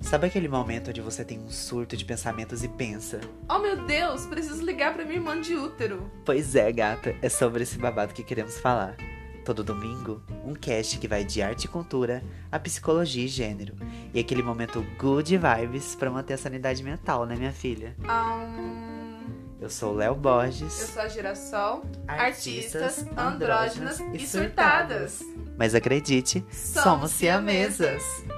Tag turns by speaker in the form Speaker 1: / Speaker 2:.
Speaker 1: Sabe aquele momento onde você tem um surto de pensamentos e pensa?
Speaker 2: Oh meu Deus, preciso ligar pra minha irmã de útero.
Speaker 1: Pois é, gata, é sobre esse babado que queremos falar. Todo domingo, um cast que vai de arte e cultura a psicologia e gênero. E aquele momento good vibes pra manter a sanidade mental, né, minha filha?
Speaker 2: Ahn,
Speaker 1: Eu sou o Léo
Speaker 2: Um, eu
Speaker 1: Borges,
Speaker 2: sou a Girassol, artistas, andrógenas e surtadas.
Speaker 1: Mas acredite, somos siamesas!